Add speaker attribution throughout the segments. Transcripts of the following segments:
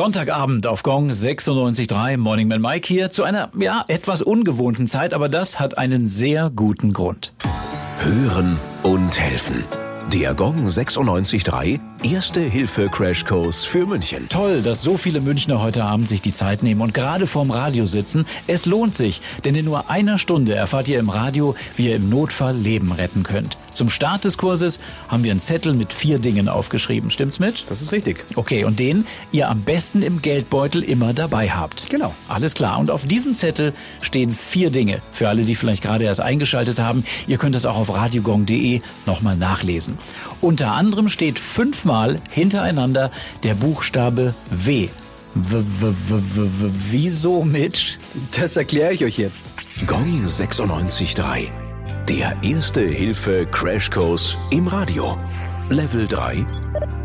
Speaker 1: Sonntagabend auf Gong 96.3 Morning Man Mike hier zu einer, ja, etwas ungewohnten Zeit, aber das hat einen sehr guten Grund.
Speaker 2: Hören und helfen. Der Gong 96.3 Erste Hilfe Crashkurs für München.
Speaker 1: Toll, dass so viele Münchner heute Abend sich die Zeit nehmen und gerade vorm Radio sitzen. Es lohnt sich, denn in nur einer Stunde erfahrt ihr im Radio, wie ihr im Notfall Leben retten könnt. Zum Start des Kurses haben wir einen Zettel mit vier Dingen aufgeschrieben. Stimmt's, Mitch?
Speaker 3: Das ist richtig.
Speaker 1: Okay, und den ihr am besten im Geldbeutel immer dabei habt.
Speaker 3: Genau.
Speaker 1: Alles klar. Und auf diesem Zettel stehen vier Dinge. Für alle, die vielleicht gerade erst eingeschaltet haben, ihr könnt das auch auf radiogong.de nochmal nachlesen. Unter anderem steht fünfmal hintereinander der Buchstabe W. W- w- w- w- w- Wieso, Mitch?
Speaker 3: Das erkläre ich euch jetzt.
Speaker 2: Gong 96.3 Der Erste Hilfe Crashkurs im Radio. Level 3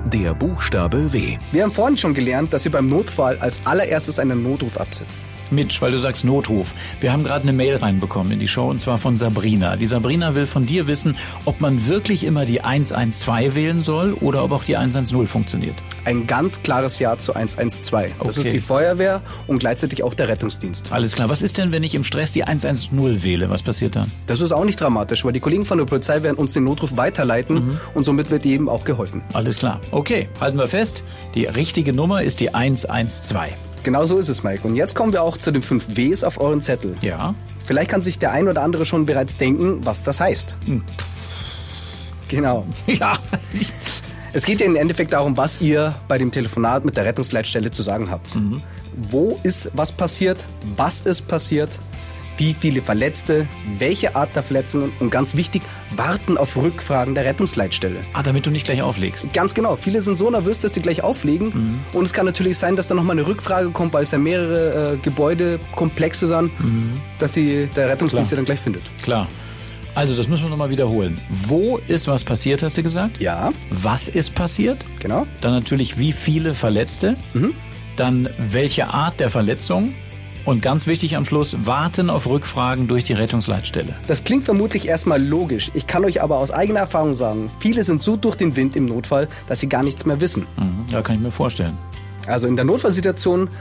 Speaker 2: Der Buchstabe W.
Speaker 3: Wir haben vorhin schon gelernt, dass ihr beim Notfall als allererstes einen Notruf absetzt.
Speaker 1: Mitch, weil du sagst Notruf. Wir haben gerade eine Mail reinbekommen in die Show und zwar von Sabrina. Die Sabrina will von dir wissen, ob man wirklich immer die 112 wählen soll oder ob auch die 110 funktioniert.
Speaker 3: Ein ganz klares Ja zu 112. Das
Speaker 1: Okay.
Speaker 3: ist die Feuerwehr und gleichzeitig auch der Rettungsdienst.
Speaker 1: Alles klar. Was ist denn, wenn ich im Stress die 110 wähle? Was passiert dann?
Speaker 3: Das ist auch nicht dramatisch, weil die Kollegen von der Polizei werden uns den Notruf weiterleiten
Speaker 1: Mhm.
Speaker 3: und somit wird jedem auch geholfen.
Speaker 1: Alles klar. Okay, halten wir fest. Die richtige Nummer ist die 112.
Speaker 3: Genau so ist es, Mike. Und jetzt kommen wir auch zu den fünf Ws auf euren Zettel.
Speaker 1: Ja.
Speaker 3: Vielleicht kann sich der ein oder andere schon bereits denken, was das heißt.
Speaker 1: Hm.
Speaker 3: Genau.
Speaker 1: Ja.
Speaker 3: Es geht ja im Endeffekt darum, was ihr bei dem Telefonat mit der Rettungsleitstelle zu sagen habt. Wo ist was passiert? Was ist passiert? Wie viele Verletzte? Welche Art der Verletzungen? Und ganz wichtig, warten auf Rückfragen der Rettungsleitstelle.
Speaker 1: Ah, damit du nicht gleich auflegst.
Speaker 3: Ganz genau. Viele sind so nervös, dass sie gleich auflegen. Und es kann natürlich sein, dass da nochmal eine Rückfrage kommt, weil es ja mehrere äh, Gebäudekomplexe sind, dass die, der Rettungsdienst sie dann gleich findet.
Speaker 1: Klar. Also, das müssen wir nochmal wiederholen. Wo ist was passiert, hast du gesagt?
Speaker 3: Ja,
Speaker 1: Was ist passiert?
Speaker 3: genau.
Speaker 1: Dann natürlich, wie viele Verletzte? Dann, welche Art der Verletzung? Und ganz wichtig am Schluss, warten auf Rückfragen durch die Rettungsleitstelle.
Speaker 3: Das klingt vermutlich erstmal logisch. Ich kann euch aber aus eigener Erfahrung sagen, viele sind so durch den Wind im Notfall, dass sie gar nichts mehr wissen.
Speaker 1: Mhm. Ja, kann ich mir vorstellen.
Speaker 3: Also in der Notfallsituation,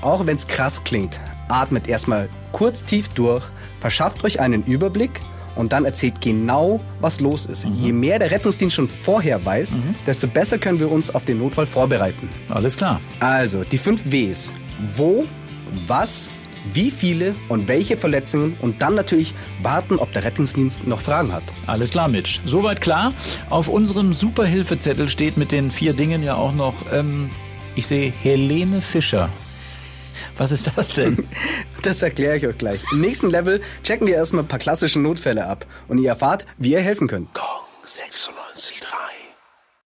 Speaker 3: auch wenn es krass klingt, atmet erstmal kurz tief durch, verschafft euch einen Überblick und dann erzählt genau, was los ist. Je mehr der Rettungsdienst schon vorher weiß, desto besser können wir uns auf den Notfall vorbereiten.
Speaker 1: Alles klar.
Speaker 3: Also, die fünf Ws. Wo, was, wie viele und welche Verletzungen und dann natürlich warten, ob der Rettungsdienst noch Fragen hat.
Speaker 1: Alles klar, Mitch. Soweit klar. Auf unserem Superhilfezettel steht mit den vier Dingen ja auch noch, ähm, ich sehe Helene Fischer. Was ist das denn?
Speaker 3: Das erkläre ich euch gleich. Im nächsten Level checken wir erstmal ein paar klassische Notfälle ab und ihr erfahrt, wie ihr helfen könnt.
Speaker 2: Gong 96.3